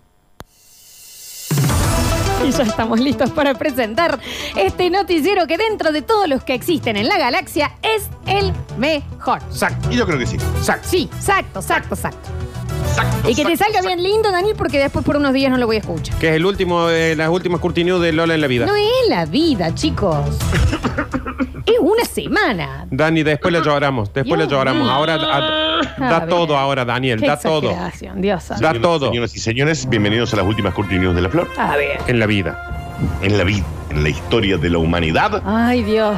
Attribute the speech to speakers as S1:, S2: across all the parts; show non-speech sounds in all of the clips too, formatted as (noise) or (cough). S1: (laughs) Y ya estamos listos para presentar este noticiero que dentro de todos los que existen en la galaxia es el mejor.
S2: Exacto. Y yo creo que sí. Exacto.
S1: Sí, exacto, exacto, exacto.
S2: Exacto.
S1: Y que te
S2: exacto,
S1: salga bien lindo, Daniel, porque después por unos días no lo voy a escuchar.
S3: Que es el último, eh, las últimas Curti News de Lola en la vida.
S1: No es la vida, chicos. es una semana.
S3: Dani, después la lloramos, después la
S1: Dios
S3: lloramos.
S1: mío.
S3: Ahora a-
S1: A
S3: da
S1: ver.
S3: todo ahora, Daniel,
S1: Qué
S3: da todo
S1: exageración, Dios santo.
S3: Da
S2: exacto.
S3: todo.
S2: Señoras y señores, bienvenidos a las últimas Curti News de la Flor.
S1: A ver.
S3: en la vida.
S2: En la vida, en la historia de la humanidad.
S1: Ay, Dios.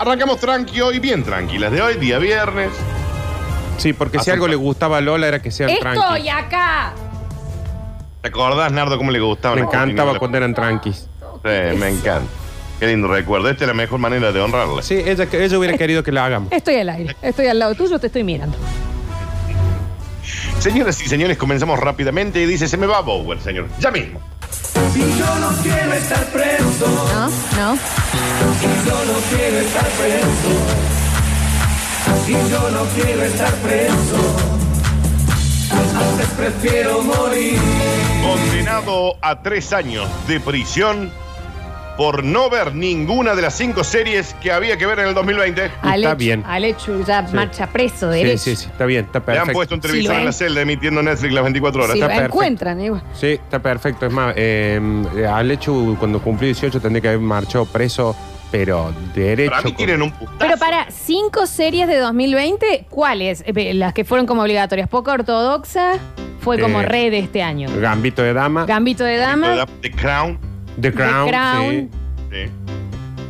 S2: Arrancamos tranqui hoy, bien tranquilas de hoy, día viernes.
S3: Sí, porque si
S2: Acepta.
S3: algo le gustaba a Lola era que sean
S1: Estoy
S3: tranquis.
S1: acá.
S2: ¿Te acordás, Nardo, cómo le gustaban?
S3: Me
S2: las Curti
S3: encantaba
S2: News
S3: cuando eran tranquis.
S2: de la- Sí, me encanta. Qué lindo recuerdo. Esta es la mejor manera de honrarla.
S3: Sí, ella, ella
S1: Eh,
S3: hubiera querido que la hagamos.
S1: Estoy al aire. Estoy al lado tuyo, te estoy mirando.
S2: Señoras y señores, comenzamos rápidamente y dice, se me va Bower, señor. Ya mismo.
S1: No, no.
S2: Condenado a tres años de prisión por no ver ninguna de las cinco series que había que ver en el 2020.
S1: Alechu-
S3: bien.
S1: Alechu ya marcha preso
S3: Sí,
S1: derecho.
S3: sí, sí, está bien, está
S2: Le han puesto
S3: perfecto.
S2: entrevistas
S1: Sí, lo
S2: en la
S1: es.
S2: celda emitiendo Netflix las 24 horas.
S1: Si
S3: está
S1: lo
S3: perfecto.
S1: encuentran, igual.
S3: Sí, está perfecto. Es más, eh, Alechu cuando cumplió 18 tendría que haber marchado preso, pero derecho.
S2: Para mí
S3: con-
S2: tienen un putazo.
S1: Pero para cinco series de 2020, ¿cuáles? Eh, ve, Las que fueron como obligatorias. Poca ortodoxa fue como
S3: Eh,
S1: re de este año.
S3: Gambito de Dama,
S1: Gambito de dama.
S2: The Crown.
S3: The Crown.
S1: Crown.
S3: sí.
S2: Sí.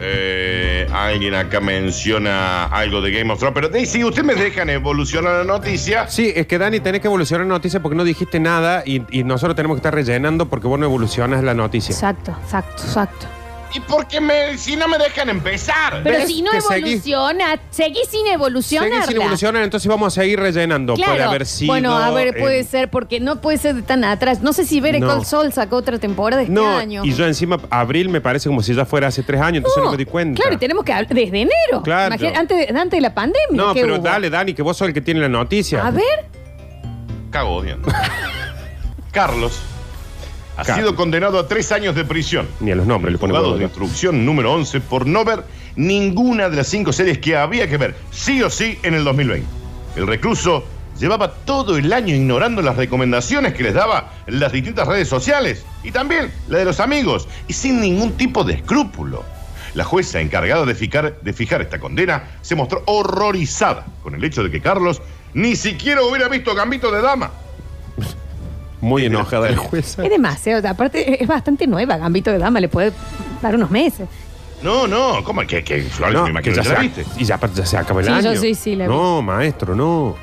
S2: Eh, alguien acá menciona algo de Game of Thrones. Pero eh, si ustedes me dejan evolucionar la noticia,
S3: Sí, es que Dani, tenés que evolucionar la noticia porque no dijiste nada y, y nosotros tenemos que estar rellenando porque vos no evolucionas la noticia.
S1: Exacto, exacto, exacto.
S2: ¿y por qué me, si no me dejan empezar?
S1: Pero
S3: ¿Ves
S1: si no
S3: que seguí?
S1: evoluciona, seguís sin evolucionarla.
S3: Seguís sin evolucionar, entonces vamos a seguir rellenando. Puede
S1: Claro.
S3: haber sido,
S1: bueno, a ver,
S3: eh,
S1: puede ser, porque no puede ser de tan atrás. No sé si Ver el
S3: No.
S1: Cold Sol sacó otra temporada este
S3: no,
S1: año. Uh,
S3: y yo encima, abril me parece como si ya fuera hace tres años, entonces no, me di cuenta.
S1: Claro, y tenemos que hablar desde enero.
S3: Claro.
S1: Imagina- antes, de, antes de la pandemia.
S3: no,
S1: ¿qué
S3: pero
S1: hubo?
S3: dale, Dani, que vos sos el que tiene la noticia.
S1: A ver,
S2: Cago odiando. Carlos ha
S3: Carlos.
S2: sido condenado a tres años de prisión.
S3: Ni a los nombres le pone
S2: Juzgado
S3: huevo.
S2: de
S3: ¿no?
S2: instrucción número 11 por no ver ninguna de las cinco series que había que ver, sí o sí, en el 2020. El recluso llevaba todo el año ignorando las recomendaciones que les daba las distintas redes sociales y también la de los amigos y sin ningún tipo de escrúpulo. La jueza encargada de fijar, de fijar esta condena se mostró horrorizada con el hecho de que Carlos ni siquiera hubiera visto Gambito de Dama.
S3: Muy enojada el juez.
S1: es demasiado. Aparte, es bastante nueva. Gambito de Dama le puede dar unos meses.
S2: No, no, ¿cómo que, que Flores me imagino que
S3: ya
S2: ya la
S3: se-
S2: viste?
S3: Y ya, aparte ya se acaba el
S1: Sí, yo
S3: año.
S1: sí, sí, la vi.
S3: No, maestro, no.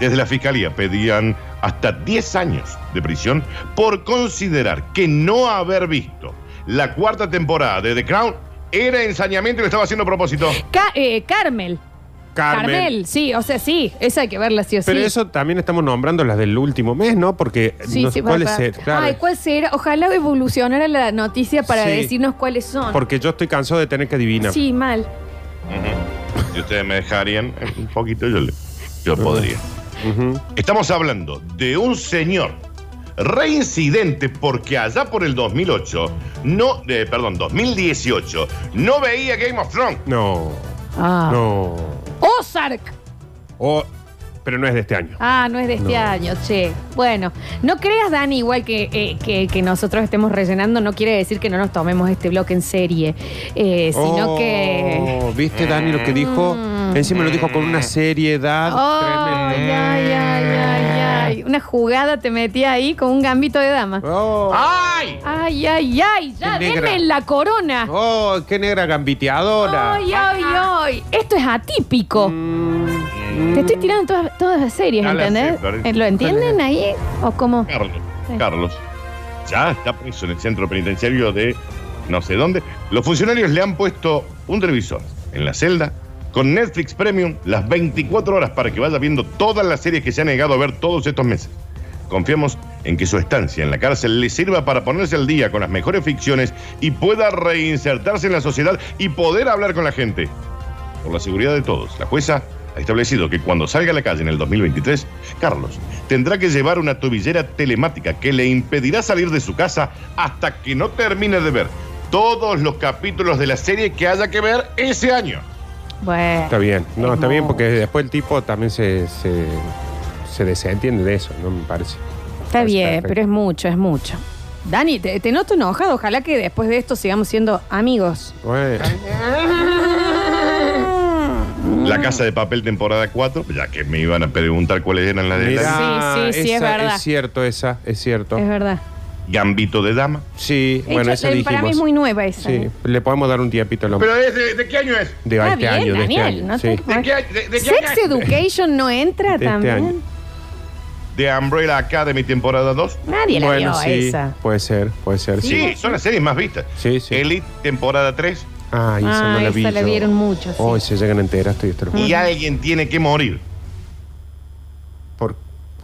S2: Desde la fiscalía pedían hasta 10 años de prisión por considerar que no haber visto la cuarta temporada de The Crown era ensañamiento y lo estaba haciendo a propósito.
S1: Ca- eh, Carmel. Carmel. sí, o sea, sí. Esa hay que verla sí o
S3: Pero
S1: sí.
S3: eso también estamos nombrando las del último mes, ¿no? Porque
S1: Sí,
S3: no
S1: sí,
S3: sé cuál
S1: papá.
S3: es el- claro.
S1: Ay, ¿cuál será? Ojalá evolucionara la noticia para
S3: Sí.
S1: decirnos cuáles son.
S3: Porque yo estoy cansado de tener que adivinar.
S1: Sí, mal.
S2: Si ustedes me dejarían eh, un poquito, yo, le- yo podría.
S3: Ujú.
S2: Estamos hablando de un señor reincidente porque allá por el 2008, no, eh, perdón, 2018, no veía Game of Thrones.
S3: No,
S1: Ah.
S3: no.
S1: Ozark.
S3: O- pero no es de este año.
S1: Ah, no es de este
S3: No.
S1: año, che. Bueno, no creas, Dani, igual que, eh, que, que nosotros estemos rellenando, no quiere decir que no nos tomemos este bloque en serie, eh, sino
S3: Oh,
S1: que... Mm.
S3: ¿Viste, Dani, lo que dijo? Encima lo dijo con una seriedad
S1: Oh, Ay,
S3: tremenda.
S1: ay, ay, ay, ay. Una jugada te metí ahí con un gambito de dama.
S3: Oh,
S1: Ah.
S2: ¡Ay!
S1: Ay, ay, ay, ya,
S3: Qué negra.
S1: denme la corona.
S3: oh, qué negra gambiteadora.
S1: Ay, ay, ay. Esto es atípico.
S3: Mm.
S1: Te estoy tirando todas, todas las series,
S2: Ya la sé,
S1: ¿entendés? Eh,
S2: Florencia.
S1: ¿Lo entienden ahí? ¿O cómo?
S2: Carlos.
S1: Sí.
S2: Carlos. Ya está preso en el centro penitenciario de no sé dónde. Los funcionarios le han puesto un televisor en la celda con Netflix Premium las 24 horas para que vaya viendo todas las series que se ha negado a ver todos estos meses. Confiamos en que su estancia en la cárcel le sirva para ponerse al día con las mejores ficciones y pueda reinsertarse en la sociedad y poder hablar con la gente. Por la seguridad de todos, la jueza ha establecido que cuando salga a la calle en el 2023, Carlos tendrá que llevar una tobillera telemática que le impedirá salir de su casa hasta que no termine de ver todos los capítulos de la serie que haya que ver ese año.
S1: Bueno.
S3: Está bien. No,
S1: Es
S3: está bien
S1: muy-
S3: porque después el tipo también se, se, se desentiende de eso, ¿no? Me parece.
S1: Está bien,
S3: perfecto.
S1: pero es mucho, es mucho. Dani, te, te noto enojado. Ojalá que después de esto sigamos siendo amigos.
S3: Bueno, Mm.
S2: La Casa de Papel temporada 4, ya que me iban a preguntar cuáles eran las de la
S3: mirá,
S1: Sí, sí, sí, es
S3: esa-
S1: verdad.
S3: Es cierto, esa, es cierto.
S1: Es verdad.
S2: Gambito de Dama.
S3: Sí,
S1: Hecho,
S3: bueno, esa
S1: eh,
S3: dijimos.
S1: para mí es muy nueva esa. ¿eh?
S3: Sí, le podemos dar un tiempito a lo
S2: ¿Pero es de, de qué año es?
S3: de
S1: Está
S3: este
S1: Ah, bien,
S3: año, de este
S1: Daniel,
S3: año.
S1: no
S3: sí.
S1: te-
S2: ¿De qué, año- de- de qué
S1: Sex
S2: año es?
S1: Education no entra
S3: De este año.
S1: también.
S2: De Umbrella Academy temporada 2.
S1: Nadie la
S3: Bueno,
S1: vio
S3: sí,
S1: esa.
S3: puede ser, puede ser, sí.
S2: Sí, son las series más vistas.
S3: Sí, sí.
S2: Elite temporada 3.
S3: Ah, esa
S1: Ah,
S3: no la
S1: esa
S3: vi
S1: la
S3: yo.
S1: vieron mucho, sí.
S3: Hoy se llegan enteras, estoy esto.
S2: Y alguien tiene que morir.
S3: Por,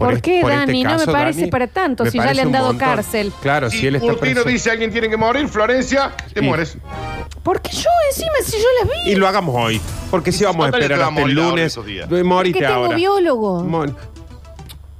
S1: ¿Por
S3: este-
S1: qué,
S3: este
S1: Dani? No me parece para tanto, si ya
S3: parece
S1: le han
S3: un
S1: dado cárcel.
S3: Claro, si,
S2: Si
S3: él está
S2: Curtino
S3: preso.
S2: dice alguien tiene que morir, Florencia, te
S3: Sí.
S2: mueres.
S1: Porque yo encima, si yo las vi.
S3: Y lo hagamos hoy. Porque si vamos a
S2: Natalia,
S3: esperar
S2: te va a
S3: hasta el
S2: morir ahora
S3: lunes.
S2: esos días.
S3: Ve, Morite
S1: Porque tengo
S3: ahora.
S1: biólogo.
S3: Mon-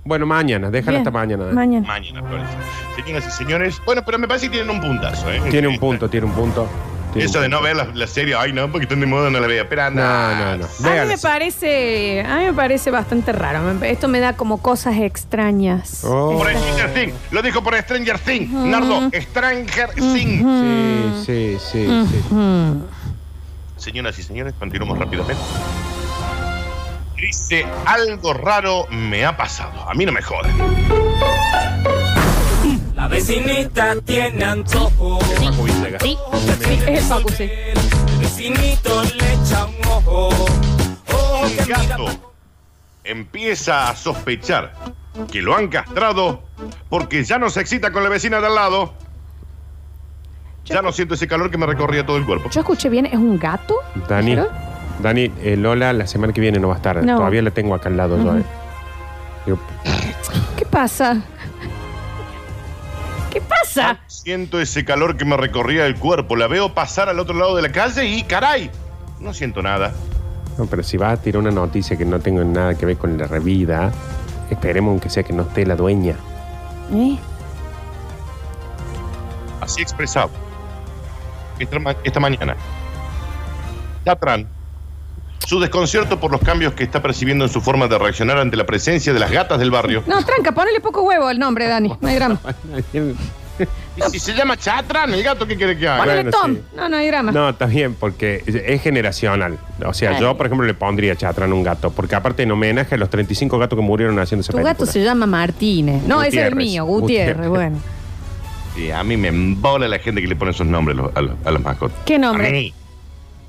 S3: Bueno, mañana, déjalo
S1: Bien,
S3: hasta mañana.
S1: Mañana.
S2: Mañana, Florencia. Señoras y señores. Bueno, pero me parece que tienen un puntazo, ¿eh?
S3: Tiene un punto, tiene un punto. tiene
S2: Eso
S3: un
S2: de no ver la, la serie, ay no, porque están de moda, no la veía. Pero
S3: punto. No,
S2: anda.
S3: no, no.
S1: A mí me
S3: Véanlas.
S1: parece, a mí me parece bastante raro. Me- Esto me da como cosas extrañas.
S3: Oh.
S2: Por Stranger Things, lo dijo por Stranger Things, Nardo, Stranger Things.
S3: Sí, sí, sí,
S1: Mm.
S3: sí.
S2: Señoras y señores, continuamos rápidamente. Dice, algo raro me ha pasado. A mí no me joden.
S4: La vecinita tiene antojo.
S1: Sí, sí, es el Facu, sí.
S4: El vecinito le echa un ojo. Ojo
S2: Un
S4: que mira
S2: gato empieza a sospechar que lo han castrado porque ya no se excita con la vecina de al lado. Ya no siento ese calor que me recorría todo el cuerpo.
S1: Yo escuché bien, ¿es un gato?
S3: Dani,
S1: ¿Dijeron?
S3: Dani, eh, Lola la semana que viene no va a estar.
S1: No.
S3: Todavía la tengo acá al lado yo. eh. Digo,
S1: ¿Qué pasa? ¿Qué pasa?
S2: Siento ese calor que me recorría el cuerpo. La veo pasar al otro lado de la calle y caray, no siento nada.
S3: no, pero si vas a tirar una noticia que no tengo nada que ver con la revida, esperemos aunque sea que no esté la dueña. Ah.
S1: ¿Eh?
S2: Así expresado. Esta, ma- esta mañana. Tatran, su desconcierto por los cambios que está percibiendo en su forma de reaccionar ante la presencia de las gatas del barrio.
S1: No, tranca, ponele poco huevo al nombre, Dani. No hay drama.
S2: Y si se llama Chatran, el gato, ¿qué quiere que haga?
S1: Ponele
S3: Ah, Bueno,
S1: Tom.
S3: sí.
S1: No, no hay drama.
S3: No, está bien, porque es- es generacional. O sea,
S1: Ay.
S3: yo, por ejemplo, le pondría Chatran un gato, porque aparte en homenaje a los 35 gatos que murieron haciendo esa
S1: Tu gato
S3: película.
S1: se llama Martínez. No, ese es el
S3: Gutiérrez.
S1: mío, Gutiérrez.
S3: Gutiérrez.
S1: Bueno.
S2: Sí, a mí me embola la gente que le pone esos nombres a los- a, los- a las mascotas.
S1: ¿Qué nombre?
S2: A mí.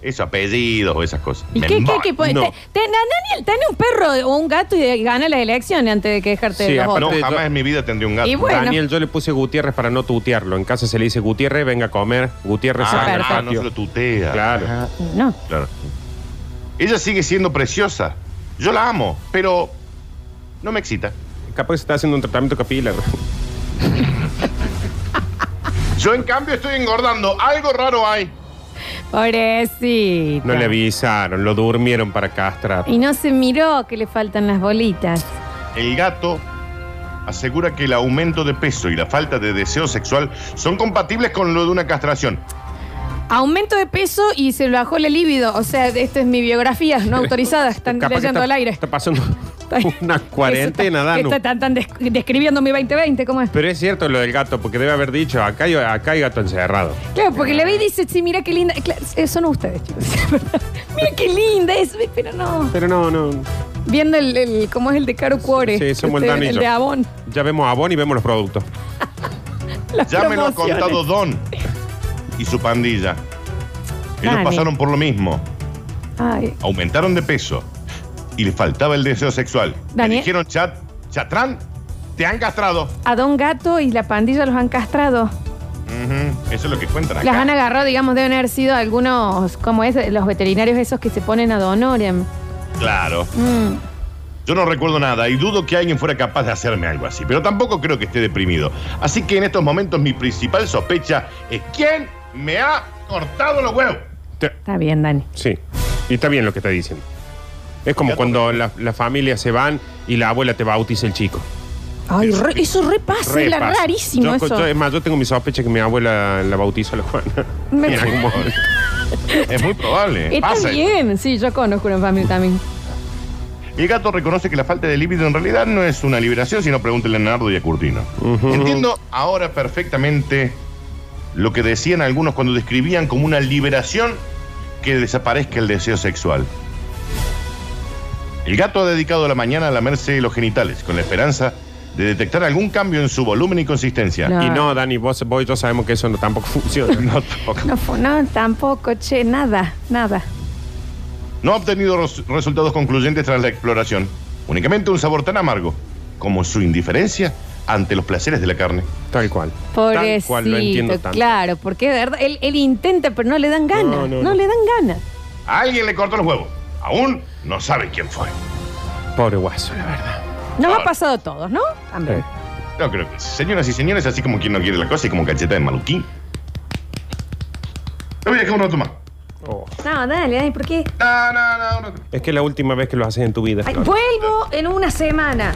S2: Esos apellidos o esas cosas.
S1: ¿Y
S2: Me
S1: qué, qué, pues, este
S2: embola.
S1: qué pone?
S3: No.
S1: Te- te- na- Daniel, ten un perro o un gato y gana las elecciones antes de que dejarte
S3: Sí, ah,
S1: de los
S3: aparte-
S2: No,
S1: otros.
S2: jamás
S3: yo-
S2: en mi vida tendría un gato.
S1: Y bueno.
S3: Daniel, yo le puse Gutiérrez para no tutearlo. En casa se le dice Gutiérrez, venga a comer. Gutiérrez
S2: Ah,
S3: sale al
S1: perfecto.
S2: ah, no se
S3: patio.
S2: lo tutea. Ah,
S3: Claro.
S1: No.
S2: Claro. Ella sigue siendo preciosa. Yo la amo, pero no me excita.
S3: Capaz que se está haciendo un tratamiento capilar.
S2: Yo, en cambio, estoy engordando. Algo raro hay.
S1: Pobrecito.
S3: No le avisaron, lo durmieron para castrar.
S1: Y no se miró que le faltan las bolitas.
S2: El gato asegura que el aumento de peso y la falta de deseo sexual son compatibles con lo de una castración.
S1: Aumento de peso y se lo bajó la libido. O sea, esta es mi biografía,
S3: (laughs)
S1: no autorizada. Están
S3: Capaz que
S1: leyendo
S3: está-
S1: al aire.
S3: Está pasando
S1: (laughs) Está-
S3: una cuarentena,
S1: Eso está-
S3: Danu.
S1: está- Están tan des- describiendo mi 2020, ¿cómo es?
S3: Pero es cierto lo del gato, porque debe haber dicho, acá hay, acá hay gato encerrado.
S1: Claro, porque la ve y dice, sí, mira qué linda. Claro, eh, son ustedes, chicos. (laughs) mira qué linda es, pero no.
S3: Pero no, no.
S1: Viendo el, el- cómo es el de Caro Cuore.
S3: Sí, somos el
S1: Este,
S3: Dani y
S1: El
S3: yo.
S1: de Avon.
S3: Ya vemos a Bon y vemos los productos.
S1: las
S2: Ya me lo ha
S1: promociones.
S2: contado Don y su pandilla. Ellos
S1: Dani.
S2: pasaron por lo mismo.
S1: Ay,
S2: Aumentaron de peso y les faltaba el deseo sexual. Me
S1: Dani.
S2: dijeron, chat, chatrán, te han castrado.
S1: a Don Gato y la pandilla los han castrado.
S2: Ujú, Eso es lo que cuentan acá.
S1: Las han agarrado, digamos, deben haber sido algunos, como es, los veterinarios esos que se ponen a donorem.
S2: Claro.
S1: Mm.
S2: Yo no recuerdo nada y dudo que alguien fuera capaz de hacerme algo así, pero tampoco creo que esté deprimido. Así que en estos momentos mi principal sospecha es quién me ha cortado los huevos.
S3: Te-
S1: Está bien, Dani.
S3: Sí. Y está bien lo que está diciendo. Es como cuando las la familias se van y la abuela te bautiza el chico.
S1: Ay, re- eso repasa,
S3: Re
S1: es la-
S3: pasa.
S1: rarísimo
S3: Yo-
S1: eso.
S3: yo- es más, yo tengo mi sospecha que mi abuela la bautiza a la Juana.
S1: Me-
S3: (laughs) En algún momento.
S2: Es muy probable.
S1: Está
S2: Pasa.
S1: bien, sí, yo conozco una familia también.
S2: El gato reconoce que la falta de líbido en realidad no es una liberación, sino pregúntenle a Leonardo y a Curtino. Entiendo ahora perfectamente lo que decían algunos cuando describían como una liberación que desaparezca el deseo sexual. El gato ha dedicado la mañana a lamerse los genitales con la esperanza de detectar algún cambio en su volumen y consistencia.
S1: No.
S3: Y no, Dani, vos, vos y yo sabemos que eso no, tampoco funciona.
S2: No, tampoco.
S1: No, fu- no, tampoco, che, nada, nada.
S2: No ha obtenido res- resultados concluyentes tras la exploración. Únicamente un sabor tan amargo como su indiferencia ante los placeres de la carne.
S3: Tal cual. Tal cual, lo entiendo
S1: Pobrecito,
S3: tanto.
S1: claro, porque de verdad, él, él intenta, pero no le dan ganas, no,
S3: No, no, no.
S1: le dan ganas.
S2: A alguien le cortó los huevos. Aún no sabe quién fue.
S3: Pobre guaso, la verdad.
S1: Nos ha
S2: Claro.
S1: pasado a todos, ¿no? También.
S2: No creo que. Señoras y señores, así como quien no quiere la cosa y como cacheta de maluquín. No voy a dejar un rato más.
S3: Oh.
S1: No, dale, Dani, ¿por qué?
S2: No, no, no, un rato.
S3: Es que es la última vez que lo haces en tu vida.
S1: Ay,
S3: Flor.
S1: vuelvo en una semana.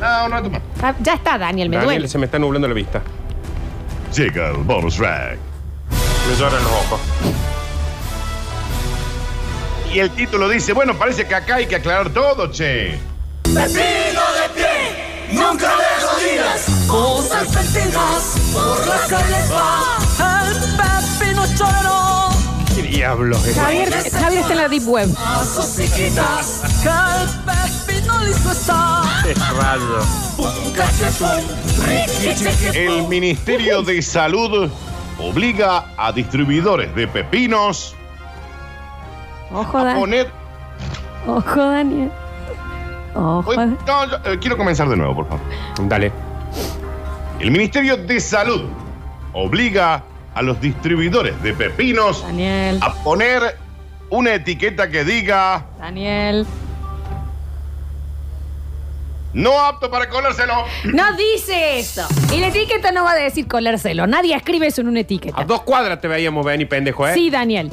S2: No, un rato más.
S1: Ah, Ya está, Daniel, me
S3: Daniel,
S1: duele.
S3: se me está nublando la vista.
S2: Llega el bonus track.
S3: Me lloran los ojos.
S2: Y el título dice, bueno, parece que acá hay que aclarar todo, che.
S5: Nunca de rodillas, cosas perdidas por las calles va el Pepe no lloró.
S3: ¿Qué diablos eh. es?
S1: Javier, Javier está en la Deep Web.
S5: A sus hijitas que el Pepe no les cuesta.
S3: Es raro.
S5: Un cachetón, riqui chiqui.
S2: El Ministerio de Salud obliga a distribuidores de pepinos
S1: Ojo,
S2: a
S1: Daniel.
S2: poner...
S1: Ojo, Daniel. Ojo.
S2: Uy, No, yo, eh, quiero comenzar de nuevo, por favor.
S3: Dale.
S2: El Ministerio de Salud obliga a los distribuidores de pepinos
S1: Daniel.
S3: Ah.
S2: a poner una etiqueta que diga
S1: Daniel.
S2: no apto para colárselo.
S1: No dice eso. Y la etiqueta no va a decir colárselo. Nadie escribe eso en una
S3: A
S1: etiqueta.
S3: dos cuadras te veíamos venir, pendejo, ¿eh?
S1: Sí, Daniel.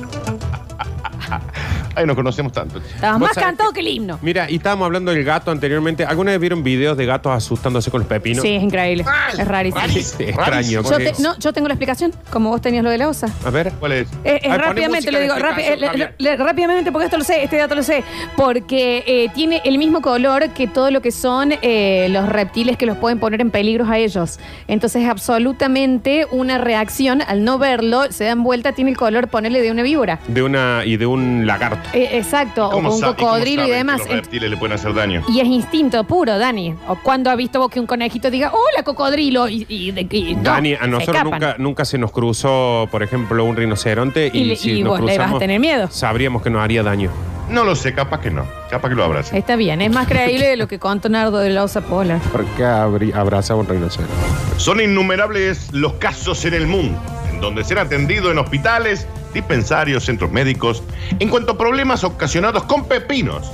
S2: Ay, nos conocemos tanto.
S1: Estabas
S3: Vos
S1: más
S3: sabés
S1: cantado que el himno.
S3: Mira, y estábamos hablando del gato anteriormente. ¿Alguna vez vieron videos de gatos asustándose con los pepinos?
S1: Sí, es increíble.
S2: Ay,
S1: es rarísimo.
S2: rarísimo.
S3: Sí, extraño.
S1: Yo,
S3: porque-
S1: te- no, yo tengo la explicación, como vos tenías lo de la osa.
S3: A ver.
S2: ¿Cuál
S1: Eh,
S2: es?
S1: eh,
S3: Ay, poné
S1: rápidamente
S3: música
S1: lo
S3: de
S1: digo,
S3: explicación,
S1: rápi- eh, le-
S3: Javier.
S1: le- rápidamente porque esto lo sé, este dato lo sé, porque eh, tiene el mismo color que todo lo que son eh, los reptiles que los pueden poner en peligro a ellos. Entonces, absolutamente una reacción al no verlo, se dan vuelta, tiene el color, ponerle de una víbora.
S3: De una y de un lagarto.
S1: Eh, exacto, o
S2: ¿Cómo
S1: un
S2: sa- y cómo
S1: cocodrilo y
S2: saben que
S1: demás. eh?
S2: Los reptiles le pueden hacer daño.
S1: Y es instinto puro, Dani. O cuando ha visto vos que un conejito diga, hola, cocodrilo, y, y, de- y no, se
S3: Dani, a nosotros
S1: escapan.
S3: nunca, nunca se nos cruzó, por ejemplo, un rinoceronte
S1: Y
S3: y,
S1: le-
S3: si
S1: y vos
S3: nos
S1: le vas a
S3: cruzamos,
S1: tener miedo.
S3: Sabríamos que nos haría daño.
S2: No lo sé, capaz que no. Capaz que lo abracen.
S1: Está bien, es más creíble de lo que contó Nardo de la osa polar.
S3: ¿Por qué abri- abraza un rinoceronte?
S2: Son innumerables los casos en el mundo en donde se han atendido en hospitales, dispensarios, centros médicos, en cuanto a problemas ocasionados con pepinos,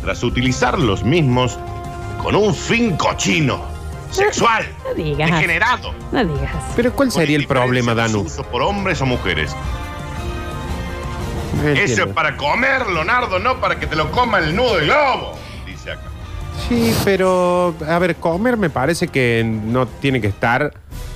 S2: tras utilizar los mismos con un fin cochino, sexual,
S1: No digas.
S2: degenerado.
S1: No digas.
S3: Pero ¿cuál
S2: con
S3: sería el
S2: indiferencia
S3: problema,
S2: de su
S3: Danu?
S2: uso Por hombres o mujeres.
S3: No
S2: Eso es
S3: entiendo.
S2: para comer, Leonardo, no para que te lo coma el nudo del globo. Dice acá.
S3: Sí, pero a ver, comer me parece que no tiene que estar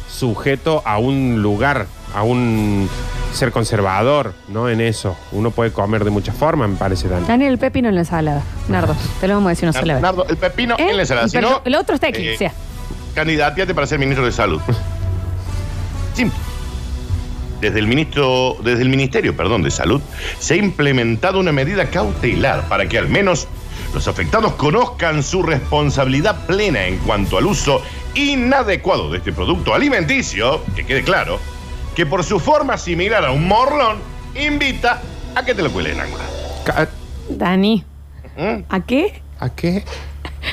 S3: sujeto a un lugar, a un ser conservador, ¿no? En eso. Uno puede comer de muchas formas, me parece, Dani.
S1: Daniel, el pepino en la ensalada. Nardo, te lo vamos a decir una sola vez.
S2: Leonardo, el pepino
S1: ¿Eh?
S2: en la ensalada. Si
S1: Pero
S2: no,
S1: el otro está aquí,
S2: eh,
S1: sea.
S2: Candidateate para ser ministro de Salud. Simple. Desde el, ministro, desde el Ministerio perdón, de Salud se ha implementado una medida cautelar para que al menos los afectados conozcan su responsabilidad plena en cuanto al uso inadecuado de este producto alimenticio, que quede claro, que por su forma similar a un morlón, invita a que te lo cuelen en
S3: Ca-
S1: Dani,
S2: ¿Mm?
S1: ¿a qué?
S3: ¿A qué?
S1: ¿A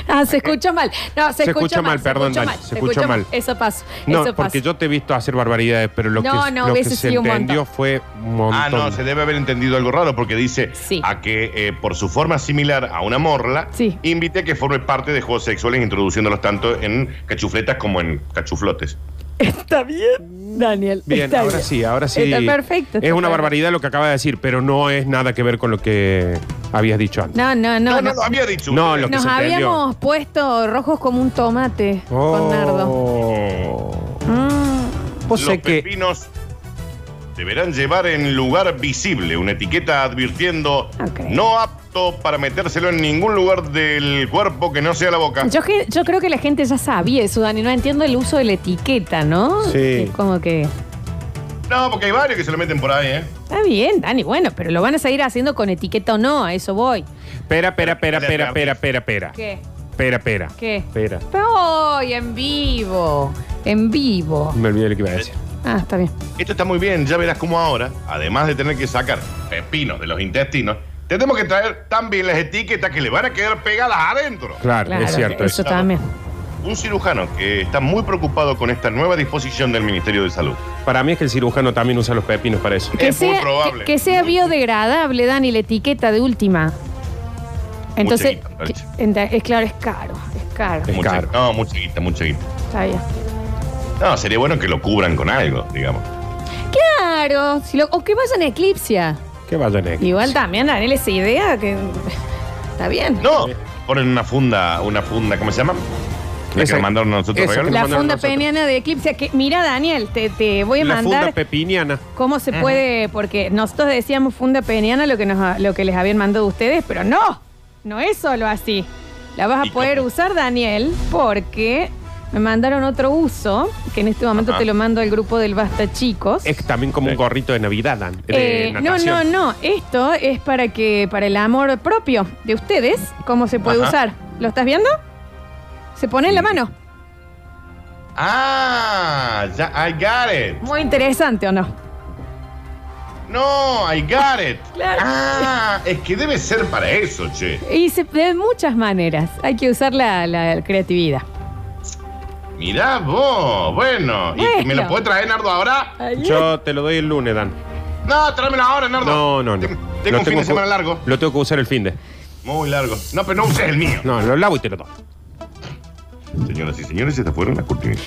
S1: Ah, se escucha mal. No, se,
S3: Se escucha mal,
S1: se
S3: perdón,
S1: escucha
S3: Dani, se escucha mal.
S1: Eso pasa.
S3: No,
S1: eso
S3: porque
S1: pasa.
S3: yo te he visto hacer barbaridades, pero lo
S1: No,
S3: que,
S1: no,
S3: lo que
S1: hubiese
S3: se
S1: sido un
S3: entendió
S1: montón.
S3: fue un montón.
S2: Ah, no, se debe haber entendido algo raro porque dice
S1: Sí.
S2: a que eh, por su forma similar a una morla,
S1: Sí.
S2: invité a que forme parte de juegos sexuales introduciéndolos tanto en cachufletas como en cachuflotes.
S1: (laughs) Está bien, Daniel.
S3: Bien,
S1: está
S3: ahora
S1: bien.
S3: sí, ahora sí.
S1: Está perfecto.
S3: es
S1: está
S3: una
S1: perfecto.
S3: barbaridad lo que acaba de decir, pero no es nada que ver con lo que habías dicho antes.
S1: No, no, no.
S2: No, no,
S1: no.
S2: lo había dicho.
S3: No,
S2: usted.
S3: lo que
S1: Nos
S3: se entendió.
S1: habíamos puesto rojos como un tomate con Nardo. Mm.
S3: Oh. Vos
S2: Los
S3: sé que
S2: pepinos deberán llevar en lugar visible una etiqueta advirtiendo
S1: Ok.
S2: no apto para metérselo en ningún lugar del cuerpo que no sea la boca.
S1: Yo, que- yo creo que la gente ya sabía eso, Dani. No entiendo el uso de la etiqueta, ¿no?
S3: Sí.
S1: Que Como que.
S2: No, porque hay varios que se lo meten por ahí, ¿eh?
S1: Está bien, Dani. Bueno, pero lo van a seguir haciendo con etiqueta o no. A eso voy.
S3: Pera, pera, pera, pera, pera, pera, pera.
S1: ¿Qué?
S3: Pera, pera.
S1: ¿Qué?
S3: Pera.
S1: Pero hoy, en vivo. En vivo.
S3: Me olvidé lo que iba a decir.
S1: Ah, está bien.
S2: Esto está muy bien, ya verás cómo ahora, además de tener que sacar pepinos de los intestinos, tenemos que traer también las etiquetas que le van a quedar pegadas adentro.
S3: Claro,
S1: Claro,
S3: es cierto.
S1: Eso
S3: eso.
S1: también.
S2: Un cirujano que está muy preocupado con esta nueva disposición del Ministerio de Salud.
S3: Para mí es que el cirujano también usa los pepinos para eso.
S1: Que
S2: Es muy
S1: sea,
S2: probable.
S1: Que, que sea biodegradable, Dani, la etiqueta de última. Entonces,
S2: guita, Nacho.
S1: que- enta- es claro, es caro, es caro.
S3: Es
S2: Mucha-
S3: caro.
S2: No, mucha guita, mucha guita.
S1: Está bien.
S2: No, sería bueno que lo cubran con algo, digamos.
S1: Claro, si lo- o que vayan a Eclipsia.
S3: Que vayan aquí.
S1: Igual también, Daniel, esa idea que está bien.
S2: No, ponen una funda, una funda, ¿cómo se llama? La que
S3: Esa-
S2: nos mandaron nosotros
S3: esa que
S2: regalos.
S1: La
S3: nos mandaron
S1: funda
S3: nosotros.
S1: peniana de Eclipsia, que mira, Daniel, te, te voy a
S3: La funda
S1: mandar
S3: pepiniana.
S1: cómo se puede, porque nosotros decíamos funda peniana lo que, nos, lo que les habían mandado ustedes, pero no, no es solo así. La vas
S2: ¿Y
S1: a poder
S2: cómo?
S1: usar, Daniel, porque me mandaron otro uso, que en este momento
S2: Ajá.
S1: te lo mando al grupo del Basta Chicos.
S3: Es también como un gorrito de Navidad, Dan. de
S1: Eh, no, no,
S3: natación.
S1: no. Esto es para que, para el amor propio de ustedes, cómo se puede
S2: Ajá.
S1: usar. ¿Lo estás viendo? Se pone en la mano.
S2: Ah, ya, I got it.
S1: Muy interesante, ¿o no?
S2: No, I got it.
S1: Claro.
S2: Ah, es que debe ser para eso, che.
S1: Y se, de muchas maneras. Hay que usar la, la creatividad.
S2: Mirá vos, bueno. ¿Y me lo
S1: Bueno.
S2: puede traer, Nardo, ahora?
S3: Yo te lo doy el lunes, Dan.
S2: No, tráemelo ahora, Nardo.
S3: No, no, no.
S2: (laughs) Tengo, tengo
S3: Lo
S2: un fin de
S3: que-
S2: semana largo.
S3: Lo tengo que usar el fin de.
S2: Muy largo. No, pero no uses el mío.
S3: No, lo lavo y te lo doy.
S2: Señoras y señores, estas fueron las cortinas.